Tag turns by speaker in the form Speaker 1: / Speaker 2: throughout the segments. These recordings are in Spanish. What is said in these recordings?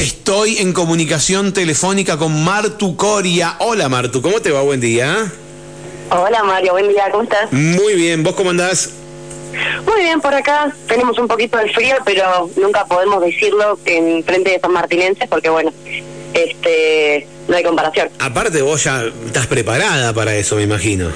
Speaker 1: estoy en comunicación telefónica con Martu Coria. Hola Martu, ¿cómo te va? Buen día.
Speaker 2: Hola Mario, buen día, ¿cómo estás?
Speaker 1: Muy bien, ¿vos cómo andás?
Speaker 2: Muy bien, por acá tenemos un poquito de frío, pero nunca podemos decirlo en frente de San Martinenses porque bueno, este, no hay comparación.
Speaker 1: Aparte vos ya estás preparada para eso, me imagino.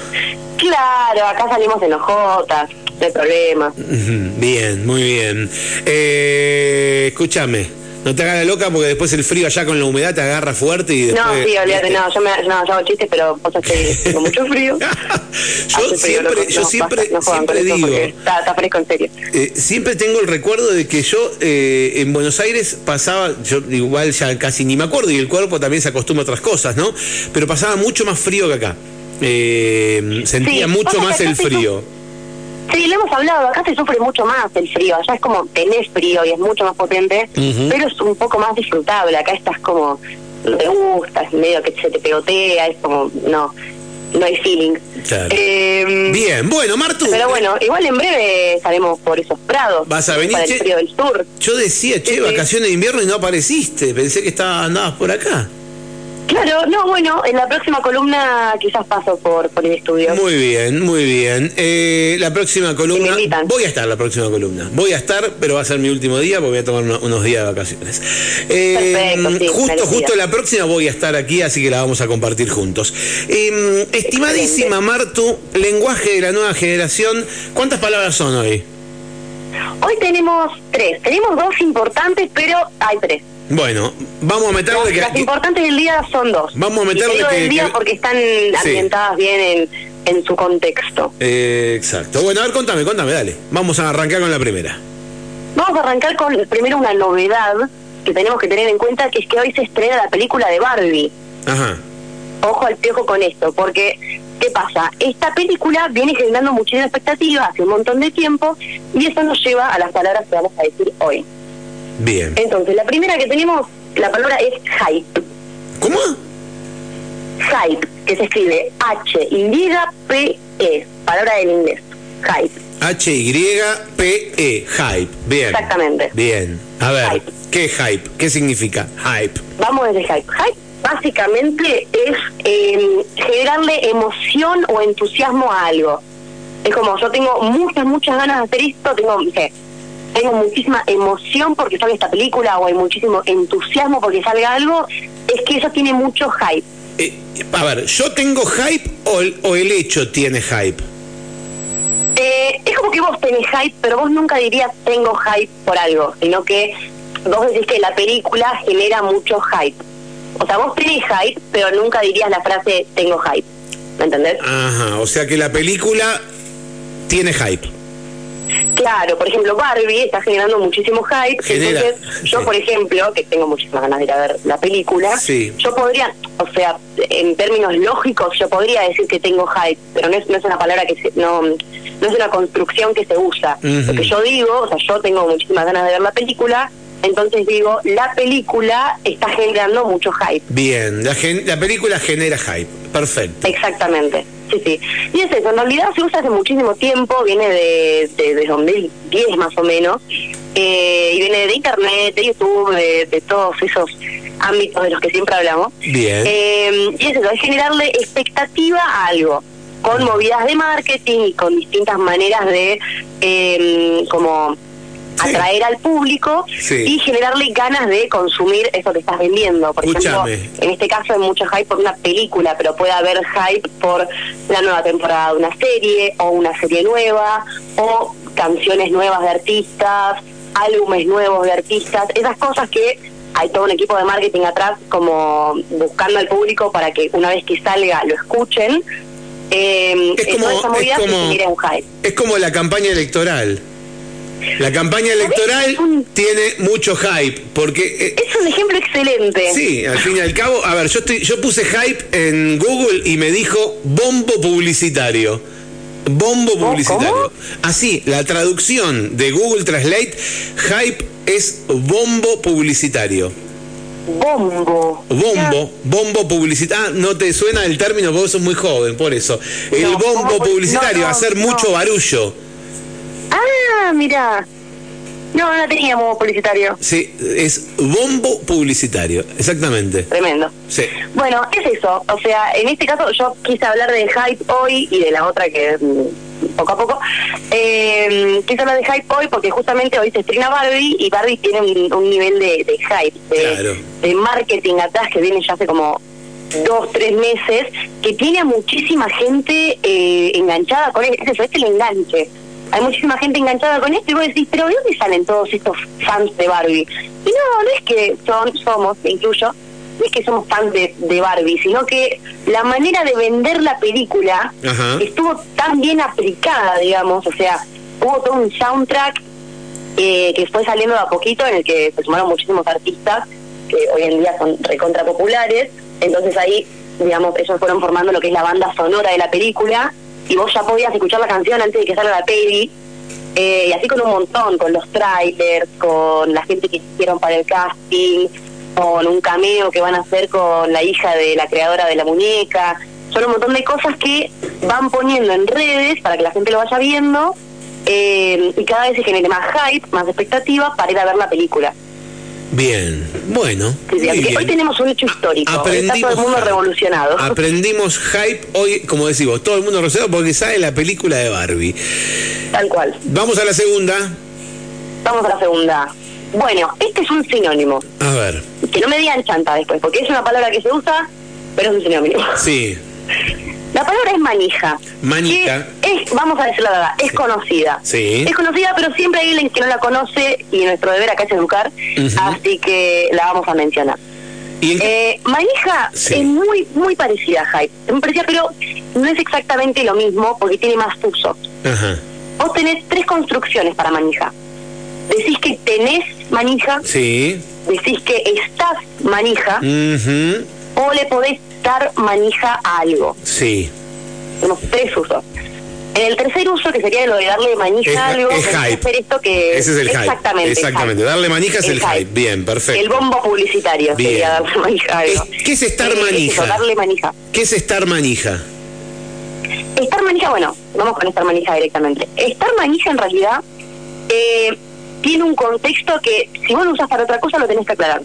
Speaker 2: Claro, acá salimos enojotas, no hay problema.
Speaker 1: Ujú, Bien, muy bien. Eh, escúchame, no te hagas la loca porque después el frío allá con la humedad te agarra fuerte y después... eh,
Speaker 2: No, sí, olvídate, no, yo, me, no, yo hago chistes, pero vos sabés que tengo mucho frío.
Speaker 1: yo
Speaker 2: Hace frío,
Speaker 1: siempre,
Speaker 2: loco,
Speaker 1: yo
Speaker 2: no,
Speaker 1: siempre,
Speaker 2: basta, no juegan con
Speaker 1: siempre
Speaker 2: eso
Speaker 1: digo...
Speaker 2: porque Está, está fresco en serio.
Speaker 1: Eh, siempre tengo el recuerdo de que yo eh, en Buenos Aires pasaba, yo igual ya casi ni me acuerdo, y el cuerpo también se acostumbra a otras cosas, ¿no? Pero pasaba mucho más frío que acá. Eh, sentía
Speaker 2: Sí,
Speaker 1: mucho
Speaker 2: pasa
Speaker 1: más
Speaker 2: que acá
Speaker 1: el
Speaker 2: se su-
Speaker 1: frío.
Speaker 2: Sí, lo hemos hablado, acá se sufre mucho más el frío, allá es como tenés frío y es mucho más potente,
Speaker 1: Ujú.
Speaker 2: pero es un poco más disfrutable, acá estás como, no te gusta, es medio que se te pegotea, es como, no, no hay feeling.
Speaker 1: Claro.
Speaker 2: Eh,
Speaker 1: Bien, bueno, Martu.
Speaker 2: pero bueno, igual en breve salemos por esos prados,
Speaker 1: ¿Vas a venir,
Speaker 2: para
Speaker 1: che?
Speaker 2: el frío del sur.
Speaker 1: Yo decía, che,
Speaker 2: Sí, sí.
Speaker 1: vacaciones de invierno y no apareciste. Pensé que estaba, andabas por acá.
Speaker 2: Claro, no, bueno, en la próxima columna quizás paso por, por el estudio.
Speaker 1: Muy bien, muy bien. Eh, la próxima columna.
Speaker 2: me invitan.
Speaker 1: Voy a estar la próxima columna. Voy a estar, pero va a ser mi último día porque voy a tomar una- unos días de vacaciones. Eh,
Speaker 2: Perfecto, sí,
Speaker 1: justo,
Speaker 2: merecido.
Speaker 1: justo la próxima voy a estar aquí, así que la vamos a compartir juntos. Eh, estimadísima Martu, lenguaje de la nueva generación. ¿Cuántas palabras son hoy?
Speaker 2: Hoy tenemos tres, tenemos dos importantes, pero hay tres.
Speaker 1: Bueno, vamos a meterle que. eh,
Speaker 2: Las importantes del día son dos.
Speaker 1: Vamos a meterle
Speaker 2: Y te digo
Speaker 1: que-
Speaker 2: del día
Speaker 1: que-
Speaker 2: porque están ambientadas bien en, en su contexto.
Speaker 1: Eh, exacto. Bueno, a ver, contame, contame, dale. Vamos a arrancar con la primera.
Speaker 2: Vamos a arrancar con primero una novedad que tenemos que tener en cuenta, que es que hoy se estrena la película de Barbie.
Speaker 1: Ajá.
Speaker 2: Ojo al piojo con esto, porque ¿qué pasa? Esta película viene generando muchísima expectativa hace un montón de tiempo y eso nos lleva a las palabras que vamos a decir hoy.
Speaker 1: Bien.
Speaker 2: Entonces, la primera que tenemos, la palabra es hype.
Speaker 1: ¿Cómo?
Speaker 2: Hype, que se escribe H-Y-P-E, palabra del inglés. Hype.
Speaker 1: H-Y-P-E, E, hype. Bien.
Speaker 2: Exactamente.
Speaker 1: Bien. A ver,
Speaker 2: Hype.
Speaker 1: ¿qué hype? ¿Qué significa hype?
Speaker 2: Vamos desde hype. Hype básicamente es eh, generarle emoción o entusiasmo a algo. Es como, yo tengo muchas, muchas ganas de hacer esto, tengo, no sé, tengo muchísima emoción porque sale esta película o hay muchísimo entusiasmo porque salga algo, es que eso tiene mucho hype.
Speaker 1: Eh, a ver, ¿yo tengo hype o el, o el hecho tiene hype?
Speaker 2: Eh, es como que vos tenés hype, pero vos nunca dirías tengo hype por algo, sino que vos decís que la película genera mucho hype. O sea, vos tenés hype, pero nunca dirías la frase tengo hype. ¿Me entendés?
Speaker 1: Ajá, o sea que la película tiene hype.
Speaker 2: Claro, por ejemplo, Barbie está generando muchísimo hype.
Speaker 1: Genera,
Speaker 2: Entonces, yo,
Speaker 1: sí.
Speaker 2: por ejemplo, que tengo muchísimas ganas de ir a ver la película,
Speaker 1: Sí.
Speaker 2: yo podría, o sea, en términos lógicos, yo podría decir que tengo hype, pero no es, no es una palabra que se- no, no es una construcción que se usa.
Speaker 1: Ujú.
Speaker 2: Lo que yo digo, o sea, yo tengo muchísimas ganas de ver la película, entonces digo, la película está generando mucho hype.
Speaker 1: Bien, la, gen- la película genera hype. Perfecto.
Speaker 2: Exactamente, sí, sí. Y es eso, en realidad se usa hace muchísimo tiempo, viene de, de, de 2010 más o menos, eh, y viene de internet, de YouTube, de, de todos esos ámbitos de los que siempre hablamos.
Speaker 1: Bien.
Speaker 2: Eh, y es eso, es generarle expectativa a algo, con movidas de marketing y con distintas maneras de eh, como
Speaker 1: Sí.
Speaker 2: atraer al público
Speaker 1: Sí.
Speaker 2: y generarle ganas de consumir eso que estás vendiendo. Por
Speaker 1: Escúchame.
Speaker 2: ejemplo, en este caso hay mucho hype por una película, pero puede haber hype por la nueva temporada de una serie o una serie nueva o canciones nuevas de artistas, álbumes nuevos de artistas, esas cosas que hay todo un equipo de marketing atrás como buscando al público para que una vez que salga lo escuchen. Eh,
Speaker 1: Es
Speaker 2: en
Speaker 1: como-
Speaker 2: toda esa
Speaker 1: es
Speaker 2: movida se
Speaker 1: como-
Speaker 2: genera un hype.
Speaker 1: Es como la campaña electoral. La campaña electoral tiene mucho hype, porque eh,
Speaker 2: Es un ejemplo excelente.
Speaker 1: Sí, al fin y al cabo, a ver, yo estoy, yo puse hype en Google y me dijo bombo publicitario. Bombo
Speaker 2: ¿Cómo?
Speaker 1: publicitario. Así, la traducción de Google Translate, hype es bombo publicitario.
Speaker 2: Bombo.
Speaker 1: Bombo, bombo publicitario. Ah, no te suena el término, vos sos muy joven, por eso. El
Speaker 2: No,
Speaker 1: bombo
Speaker 2: bombo-
Speaker 1: publicitario,
Speaker 2: no, no,
Speaker 1: hacer
Speaker 2: no.
Speaker 1: mucho barullo.
Speaker 2: Ah, mira. No, no teníamos publicitario.
Speaker 1: Sí, es bombo publicitario, exactamente.
Speaker 2: Tremendo.
Speaker 1: Sí.
Speaker 2: Bueno, es eso. O sea, en este caso yo quise hablar de hype hoy y de la otra que mm, poco a poco. Eh, quise hablar de hype hoy porque justamente hoy se estrena Barbie y Barbie tiene un, un nivel de, de hype, de,
Speaker 1: Claro.
Speaker 2: de marketing atrás que viene ya hace como dos, tres meses, que tiene a muchísima gente eh, enganchada con esto, este es el enganche. Hay muchísima gente enganchada con esto y vos decís, pero ¿de dónde salen todos estos fans de Barbie? Y no, no es que son, somos, me incluyo, no es que somos fans de, de Barbie, sino que la manera de vender la película
Speaker 1: Ajá.
Speaker 2: estuvo tan bien aplicada, digamos, o sea, hubo todo un soundtrack eh, que fue saliendo de a poquito, en el que se sumaron muchísimos artistas que hoy en día son recontra populares, entonces ahí, digamos, ellos fueron formando lo que es la banda sonora de la película, y vos ya podías escuchar la canción antes de que salga la peli, eh, y así con un montón, con los trailers, con la gente que hicieron para el casting, con un cameo que van a hacer con la hija de la creadora de la muñeca. Son un montón de cosas que van poniendo en redes para que la gente lo vaya viendo eh, y cada vez se genere más hype, más expectativa para ir a ver la película.
Speaker 1: Bien, bueno.
Speaker 2: Sí, sí,
Speaker 1: muy
Speaker 2: así que
Speaker 1: bien.
Speaker 2: hoy tenemos un hecho histórico. Está todo el mundo revolucionado.
Speaker 1: Aprendimos hype hoy, como decimos, todo el mundo revolucionado porque sale la película de Barbie.
Speaker 2: Tal cual.
Speaker 1: Vamos a la segunda.
Speaker 2: Vamos a la segunda. Bueno, este es un sinónimo.
Speaker 1: A ver,
Speaker 2: Que no me digan chanta después, porque es una palabra que se usa, pero es un sinónimo.
Speaker 1: sí.
Speaker 2: La palabra es manija.
Speaker 1: Manija.
Speaker 2: Que es, vamos a decir la verdad, es conocida.
Speaker 1: Sí.
Speaker 2: Es conocida, pero siempre hay alguien que no la conoce y nuestro deber acá es educar,
Speaker 1: Ujú.
Speaker 2: así que la vamos a mencionar.
Speaker 1: ¿Y en qué-
Speaker 2: Eh, manija
Speaker 1: Sí.
Speaker 2: es muy muy parecida a hype. Es muy parecida, pero no es exactamente lo mismo porque tiene más usos.
Speaker 1: Ajá.
Speaker 2: Vos tenés tres construcciones para manija. Decís que tenés manija,
Speaker 1: Sí.
Speaker 2: decís que estás
Speaker 1: Mm.
Speaker 2: manija
Speaker 1: Ujú.
Speaker 2: o le podés dar manija a algo.
Speaker 1: Sí.
Speaker 2: Tenemos tres usos. En el tercer uso, que sería lo de darle manija
Speaker 1: Es-
Speaker 2: a algo,
Speaker 1: es
Speaker 2: tenés que
Speaker 1: hype.
Speaker 2: hacer esto que...
Speaker 1: Ese es el hype.
Speaker 2: Eh, Exactamente.
Speaker 1: Exactamente.
Speaker 2: hype.
Speaker 1: Darle manija es el,
Speaker 2: El
Speaker 1: hype.
Speaker 2: hype.
Speaker 1: Bien, perfecto.
Speaker 2: El bombo publicitario
Speaker 1: Bien.
Speaker 2: sería darle manija a algo.
Speaker 1: Es- ¿qué es estar
Speaker 2: Eh, eso,
Speaker 1: manija?
Speaker 2: darle manija.
Speaker 1: ¿Qué es estar manija?
Speaker 2: Estar manija, bueno, vamos con estar manija directamente. Estar manija en realidad eh, tiene un contexto que si vos lo usas para otra cosa lo tenés que aclarar.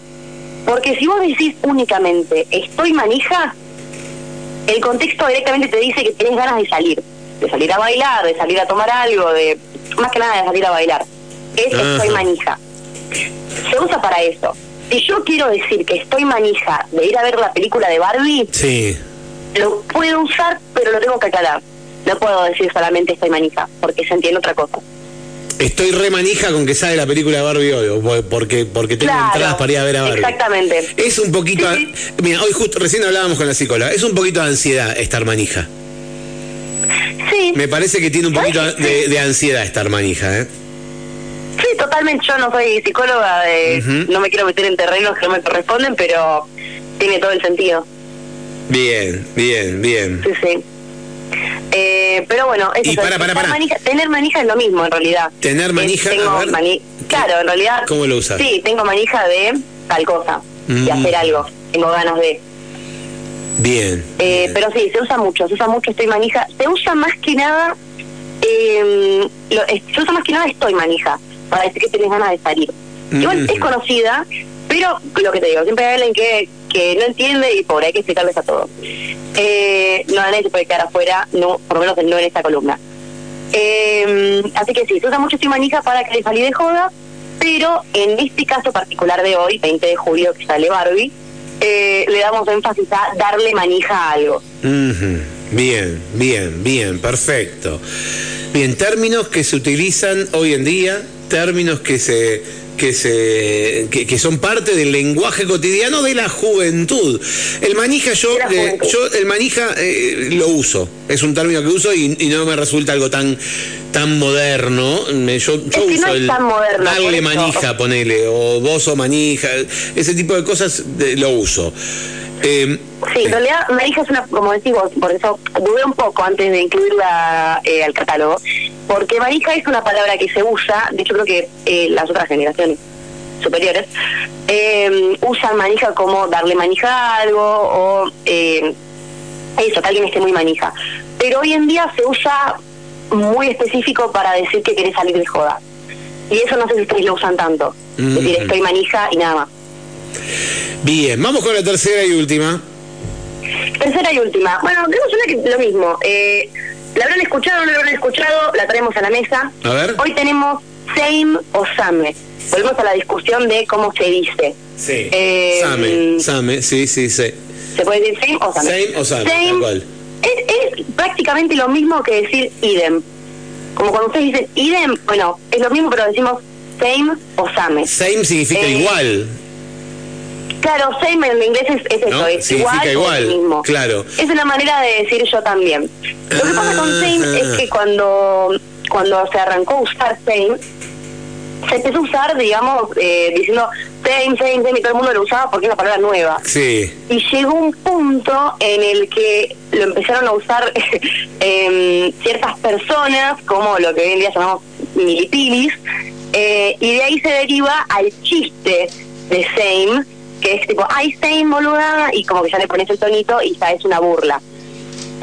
Speaker 2: Porque si vos decís únicamente estoy manija, el contexto directamente te dice que tenés ganas de salir, de salir a bailar, de salir a tomar algo, de más que nada de salir a bailar. Es
Speaker 1: Ajá.
Speaker 2: estoy manija. Se usa para eso. Si yo quiero decir que estoy manija de ir a ver la película de Barbie,
Speaker 1: Sí.
Speaker 2: lo puedo usar, pero lo tengo que aclarar. No puedo decir solamente estoy manija, porque se entiende otra cosa.
Speaker 1: Estoy re manija con que sale la película de Barbie hoy, o porque, porque tengo entradas para ir a ver a Barbie.
Speaker 2: Exactamente.
Speaker 1: Es un poquito.
Speaker 2: Sí,
Speaker 1: Mira, hoy justo recién hablábamos con la psicóloga. Es un poquito de ansiedad estar manija.
Speaker 2: Sí,
Speaker 1: Me parece que tiene un poquito
Speaker 2: Ay, sí.
Speaker 1: de, de ansiedad estar manija, ¿eh?
Speaker 2: sí, totalmente. Yo no soy psicóloga, de,
Speaker 1: Ujú.
Speaker 2: no me quiero meter en terrenos que no me corresponden, pero tiene todo el sentido.
Speaker 1: Bien, bien, bien.
Speaker 2: Sí, sí. Eh, pero bueno, eso
Speaker 1: Y
Speaker 2: es
Speaker 1: para, para,
Speaker 2: estar
Speaker 1: para.
Speaker 2: manija- tener manija es lo mismo en realidad.
Speaker 1: Tener
Speaker 2: Es-
Speaker 1: manija, a
Speaker 2: tengo
Speaker 1: ver.
Speaker 2: mani- claro, en realidad.
Speaker 1: ¿Cómo lo usas?
Speaker 2: Sí, tengo manija de tal cosa,
Speaker 1: Mm.
Speaker 2: de hacer algo. Tengo ganas de.
Speaker 1: Bien.
Speaker 2: Eh,
Speaker 1: bien.
Speaker 2: pero sí, se usa mucho, se usa mucho estoy manija. Se usa más que nada, eh, lo- es- se usa más que nada estoy manija, para decir que tenés ganas de salir. Igual
Speaker 1: Ujú.
Speaker 2: es conocida, pero lo que te digo, siempre hay alguien que, que no entiende y por ahí hay que explicarles a todos. Eh, no, nadie se puede quedar afuera, no, por lo menos no en esta columna. Eh, así que sí, se usa mucho estoy manija para que salí de joda, pero en este caso particular de hoy, 20 de julio, que sale Barbie, eh, le damos énfasis a darle manija a algo.
Speaker 1: Ujú. Bien, bien, bien, perfecto. Bien, términos que se utilizan hoy en día, términos que se que se que, que son parte del lenguaje cotidiano de la juventud. El manija yo
Speaker 2: De la
Speaker 1: eh,
Speaker 2: juventud.
Speaker 1: yo el manija eh, lo uso, es un término que uso y, y no me resulta algo tan tan moderno. Me- yo yo
Speaker 2: que no
Speaker 1: uso
Speaker 2: es
Speaker 1: el
Speaker 2: tan moderno, por
Speaker 1: darle
Speaker 2: eso.
Speaker 1: manija, ponele o vos o manija, ese tipo de cosas de- lo uso. Em,
Speaker 2: Sí,
Speaker 1: eh,
Speaker 2: en realidad manija es una, como decís vos, por eso dudé un poco antes de incluirla eh, al catálogo, porque manija es una palabra que se usa, de hecho creo que eh, las otras generaciones superiores eh, usan manija como darle manija a algo o eh, eso, que alguien esté muy manija. Pero hoy en día se usa muy específico para decir que querés salir de joda. Y eso no sé si ustedes lo usan tanto. Es decir, estoy manija y nada más.
Speaker 1: Bien, vamos con la tercera y última.
Speaker 2: Tercera y última. Bueno, tenemos una que lo mismo. Eh, la habrán escuchado, no la habrán escuchado, la traemos a la mesa.
Speaker 1: A ver.
Speaker 2: Hoy tenemos same o same. Volvemos a la discusión de cómo se dice.
Speaker 1: Sí.
Speaker 2: Eh,
Speaker 1: Same,
Speaker 2: mm.
Speaker 1: Same, sí, sí, sí.
Speaker 2: ¿Se puede decir same o same?
Speaker 1: Same o same,
Speaker 2: Same
Speaker 1: tal cual.
Speaker 2: Es, es prácticamente lo mismo que decir idem. Como cuando ustedes dicen idem, bueno, es lo mismo, pero decimos same o same.
Speaker 1: Same significa
Speaker 2: Eh,
Speaker 1: igual,
Speaker 2: Claro, same en inglés es, es
Speaker 1: ¿no?
Speaker 2: eso, es
Speaker 1: significa
Speaker 2: igual, o
Speaker 1: igual,
Speaker 2: es mismo.
Speaker 1: claro.
Speaker 2: Es una manera de decir yo también. Lo que pasa con
Speaker 1: Ah.
Speaker 2: same es que cuando, cuando se arrancó a usar same, se empezó a usar, digamos, eh, diciendo same, same, same, y todo el mundo lo usaba porque es una palabra nueva.
Speaker 1: Sí,
Speaker 2: y llegó un punto en el que lo empezaron a usar em, ciertas personas, como lo que hoy en día llamamos milipilis, eh, y de ahí se deriva al chiste de Same, que es tipo, ay, Same, boluda, y como que ya le pones el tonito y ya es una burla.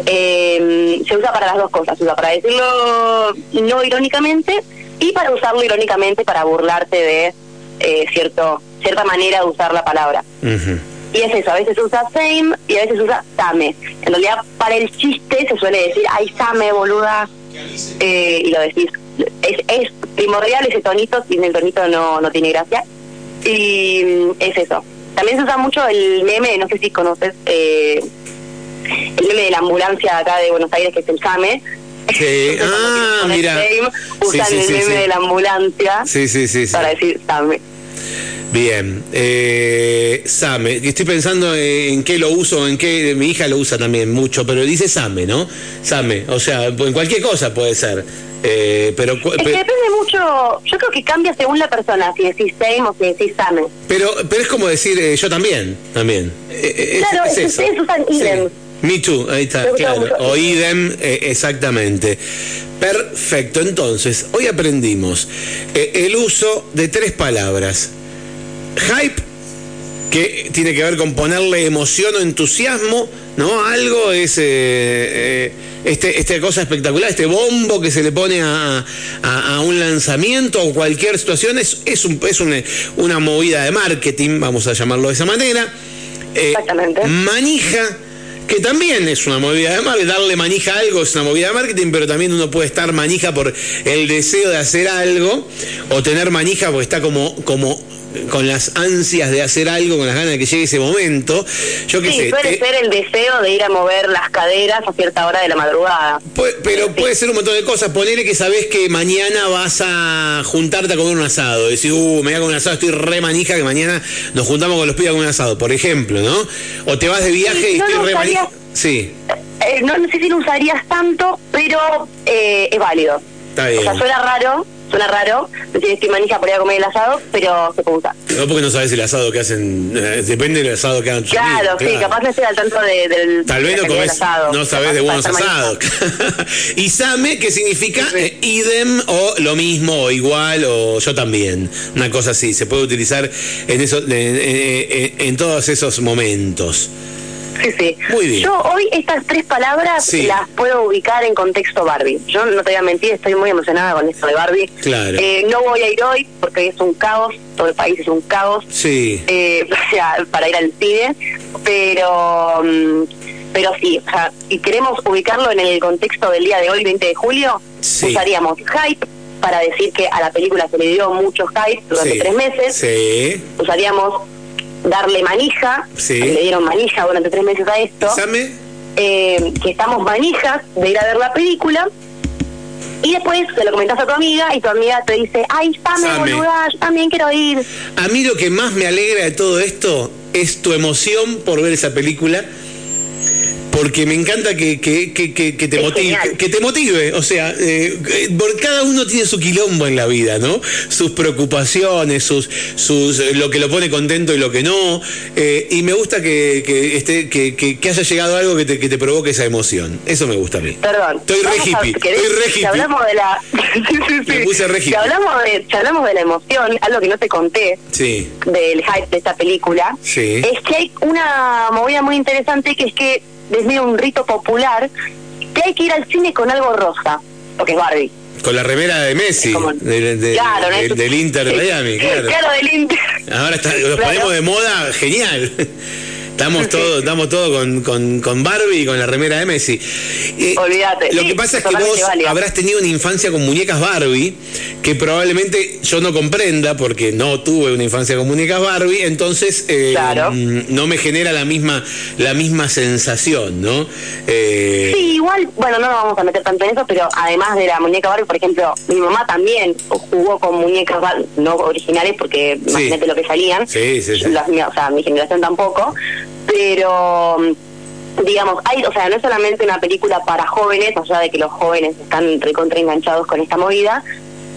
Speaker 2: Em, se usa para las dos cosas, se usa para decirlo no irónicamente y para usarlo irónicamente para burlarte de eh, cierto cierta manera de usar la palabra.
Speaker 1: ujú,
Speaker 2: Y es eso, a veces usa same y a veces usa same. En realidad, para el chiste se suele decir, ay, same, boluda, eh, y lo decís. Es, es primordial ese tonito, sin el tonito no, no tiene gracia. Y mm, es eso. También se usa mucho el meme, no sé si conoces, eh, el meme de la ambulancia acá de Buenos Aires, que es el same.
Speaker 1: Sí,
Speaker 2: Entonces, cuando
Speaker 1: ah,
Speaker 2: quieren poner
Speaker 1: mira.
Speaker 2: same, Usan
Speaker 1: sí,
Speaker 2: el
Speaker 1: sí,
Speaker 2: meme
Speaker 1: sí.
Speaker 2: de la ambulancia
Speaker 1: sí, sí, sí. sí.
Speaker 2: para decir same.
Speaker 1: Bien, eh, Same, estoy pensando en qué lo uso, en qué mi hija lo usa también mucho, pero dice Same, ¿no? Same, o sea, en cualquier cosa puede ser, eh, pero, cu-
Speaker 2: Es que
Speaker 1: pe-
Speaker 2: depende mucho, yo creo que cambia según la persona, si decís same o si decís same.
Speaker 1: pero pero es como decir eh, yo también, también. Eh, eh,
Speaker 2: Claro, es que ustedes usan idem.
Speaker 1: Me too, ahí está,
Speaker 2: Me gusta
Speaker 1: claro.
Speaker 2: mucho.
Speaker 1: O idem, eh, exactamente. Perfecto, entonces, hoy aprendimos eh, el uso de tres palabras. Hype, que tiene que ver con ponerle emoción o entusiasmo, ¿no? Algo es eh, eh, este, esta cosa espectacular, este bombo que se le pone a, a- a un lanzamiento o cualquier situación, es, es, un- es un- eh, una movida de marketing, vamos a llamarlo de esa manera. Eh,
Speaker 2: Exactamente.
Speaker 1: Manija, que también es una movida de marketing, darle manija a algo es una movida de marketing, pero también uno puede estar manija por el deseo de hacer algo, o tener manija porque está como, como con las ansias de hacer algo, con las ganas de que llegue ese momento. Yo qué
Speaker 2: Sí,
Speaker 1: sé.
Speaker 2: suele
Speaker 1: te-
Speaker 2: ser el deseo de ir a mover las caderas a cierta hora de la madrugada.
Speaker 1: Pu- pero puede ser un montón de cosas. Ponele que sabes que mañana vas a juntarte a comer un asado. Decís, uh, me voy a comer un asado, estoy re manija que mañana nos juntamos con los pibes a comer un asado, por ejemplo, ¿no? O te vas de viaje
Speaker 2: Sí,
Speaker 1: y
Speaker 2: no
Speaker 1: estoy
Speaker 2: lo
Speaker 1: re
Speaker 2: usaría.
Speaker 1: manija. Sí,
Speaker 2: Eh, no, no sé si lo usarías tanto, pero eh, es válido.
Speaker 1: está
Speaker 2: O
Speaker 1: bien.
Speaker 2: sea, suena raro, suena raro, decir estoy manija por ir a comer el asado, pero se puede usar.
Speaker 1: No porque no sabes el asado que hacen, eh, depende del asado que hagan tus
Speaker 2: Claro,
Speaker 1: amigos,
Speaker 2: sí, capaz no estoy al tanto de- del
Speaker 1: Tal
Speaker 2: de
Speaker 1: vez no
Speaker 2: la calidad del
Speaker 1: comés,
Speaker 2: asado.
Speaker 1: no sabés
Speaker 2: Capaz
Speaker 1: de
Speaker 2: para
Speaker 1: buenos
Speaker 2: estar manija.
Speaker 1: asados. y same, que significa
Speaker 2: Sí, sí.
Speaker 1: eh, idem o lo mismo o igual o yo también. Una cosa así, se puede utilizar en, eso, en, en- en- en todos esos momentos.
Speaker 2: Sí, sí.
Speaker 1: Muy bien.
Speaker 2: Yo hoy estas tres palabras
Speaker 1: Sí.
Speaker 2: las puedo ubicar en contexto Barbie. Yo no te voy a mentir, estoy muy emocionada con esto de Barbie.
Speaker 1: Claro.
Speaker 2: Eh, no voy a ir hoy porque hoy es un caos, todo el país es un caos
Speaker 1: Sí.
Speaker 2: eh, o sea, para ir al cine, pero mm, pero sí, o sea, si queremos ubicarlo en el contexto del día de hoy, 20 de julio,
Speaker 1: Sí.
Speaker 2: usaríamos hype para decir que a la película se le dio mucho hype durante
Speaker 1: sí,
Speaker 2: tres meses,
Speaker 1: Sí.
Speaker 2: usaríamos darle manija,
Speaker 1: Sí.
Speaker 2: le dieron manija durante tres meses a esto,
Speaker 1: Same,
Speaker 2: eh, que estamos manijas de ir a ver la película. Y después se lo comentás a tu amiga y tu amiga te dice, ay, Same,
Speaker 1: Same.
Speaker 2: boluda, yo también quiero ir.
Speaker 1: a mí lo que más me alegra de todo esto es tu emoción por ver esa película. Porque me encanta que, que- que- que- que te
Speaker 2: Es
Speaker 1: motive,
Speaker 2: genial.
Speaker 1: que te motive. O sea, eh, eh, por- cada uno tiene su quilombo en la vida, ¿no? Sus preocupaciones, sus, sus eh, lo que lo pone contento y lo que no. Eh, y me gusta que, que esté, que, que- que haya llegado algo que te, que te provoque esa emoción. Eso me gusta a mí.
Speaker 2: Perdón.
Speaker 1: Estoy re
Speaker 2: Vamos a-
Speaker 1: hippie,
Speaker 2: ¿querés?
Speaker 1: estoy re
Speaker 2: Si
Speaker 1: hippie.
Speaker 2: hablamos de la... Sí, sí,
Speaker 1: Me
Speaker 2: sí.
Speaker 1: puse re
Speaker 2: Si
Speaker 1: hippie.
Speaker 2: hablamos de, si hablamos de la emoción, algo que no te conté
Speaker 1: Sí,
Speaker 2: del hype de esta película,
Speaker 1: sí.
Speaker 2: es que hay una movida muy interesante que es que, desde un rito popular, que hay que ir al cine con algo rosa, porque es Barbie.
Speaker 1: Con la remera de Messi,
Speaker 2: Como-
Speaker 1: de- de-
Speaker 2: Claro, ¿no?
Speaker 1: de- del Inter de Miami, claro.
Speaker 2: del Inter.
Speaker 1: Ahora está- los
Speaker 2: Claro.
Speaker 1: ponemos de moda, genial. Estamos todos, estamos todos con, con, con Barbie y con la remera de Messi. Eh,
Speaker 2: Olvídate.
Speaker 1: Lo
Speaker 2: Sí,
Speaker 1: que pasa es que
Speaker 2: totalmente
Speaker 1: vos
Speaker 2: válido.
Speaker 1: habrás tenido una infancia con muñecas Barbie, que probablemente yo no comprenda, porque no tuve una infancia con muñecas Barbie, entonces eh,
Speaker 2: Claro.
Speaker 1: no me genera la misma, la misma sensación, ¿no? Eh,
Speaker 2: Sí, igual, bueno, no nos vamos a meter tanto en eso, pero además de la muñeca Barbie, por ejemplo, mi mamá también jugó con muñecas Barbie, no originales, porque imagínate lo que salían.
Speaker 1: Sí, sí, sí.
Speaker 2: Las mías, o sea, mi generación tampoco, pero mm, digamos, hay, o sea, no es solamente una película para jóvenes, o sea, de que los jóvenes están recontra enganchados con esta movida,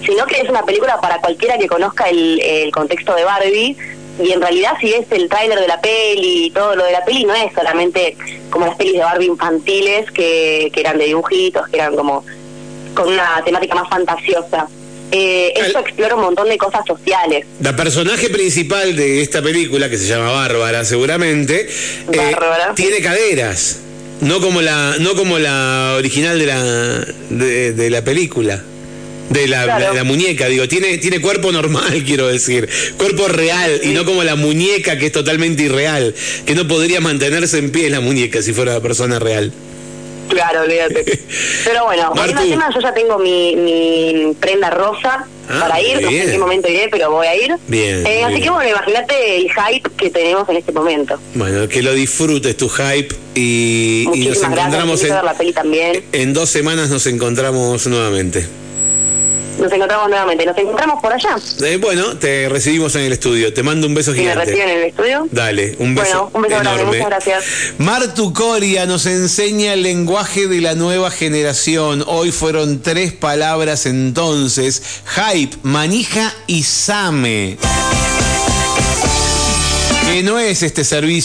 Speaker 2: sino que es una película para cualquiera que conozca el, el contexto de Barbie. Y en realidad, si es el tráiler de la peli y todo lo de la peli, no es solamente como las pelis de Barbie infantiles que, que eran de dibujitos, que eran como con una temática más fantasiosa. Eh,
Speaker 1: Claro.
Speaker 2: esto explora un montón de cosas sociales.
Speaker 1: La personaje principal de esta película, que se llama Bárbara seguramente, eh,
Speaker 2: Bárbara.
Speaker 1: tiene caderas. No como la, no como la original de la, de, de la película. De la,
Speaker 2: Claro.
Speaker 1: la- la muñeca, digo, tiene, tiene cuerpo normal, quiero decir, cuerpo real, y no como la muñeca que es totalmente irreal, que no podría mantenerse en pie la muñeca si fuera una persona real.
Speaker 2: Claro, olvídate. Pero bueno,
Speaker 1: Martu.
Speaker 2: volviendo al tema, yo ya tengo mi, mi prenda rosa
Speaker 1: Ah,
Speaker 2: para ir. No sé
Speaker 1: bien.
Speaker 2: en qué momento iré, pero voy a ir.
Speaker 1: Bien,
Speaker 2: Eh, así
Speaker 1: bien.
Speaker 2: que bueno, imagínate el hype que tenemos en este momento.
Speaker 1: Bueno, que lo disfrutes tu hype y, y
Speaker 2: Muchísimas
Speaker 1: nos
Speaker 2: gracias.
Speaker 1: encontramos
Speaker 2: Tengo que
Speaker 1: en, Eh,
Speaker 2: ver la peli también.
Speaker 1: en dos semanas nos encontramos nuevamente.
Speaker 2: Nos encontramos nuevamente. Nos encontramos por allá. Si
Speaker 1: Eh, bueno, te recibimos en el estudio. Te mando un beso
Speaker 2: me
Speaker 1: gigante.
Speaker 2: reciben en el estudio.
Speaker 1: Dale, un beso.
Speaker 2: Bueno, un beso grande.
Speaker 1: enorme.
Speaker 2: Muchas gracias.
Speaker 1: Martu Coria nos enseña el lenguaje de la nueva generación. Hoy fueron tres palabras entonces: hype, manija y same. Que no es este servicio.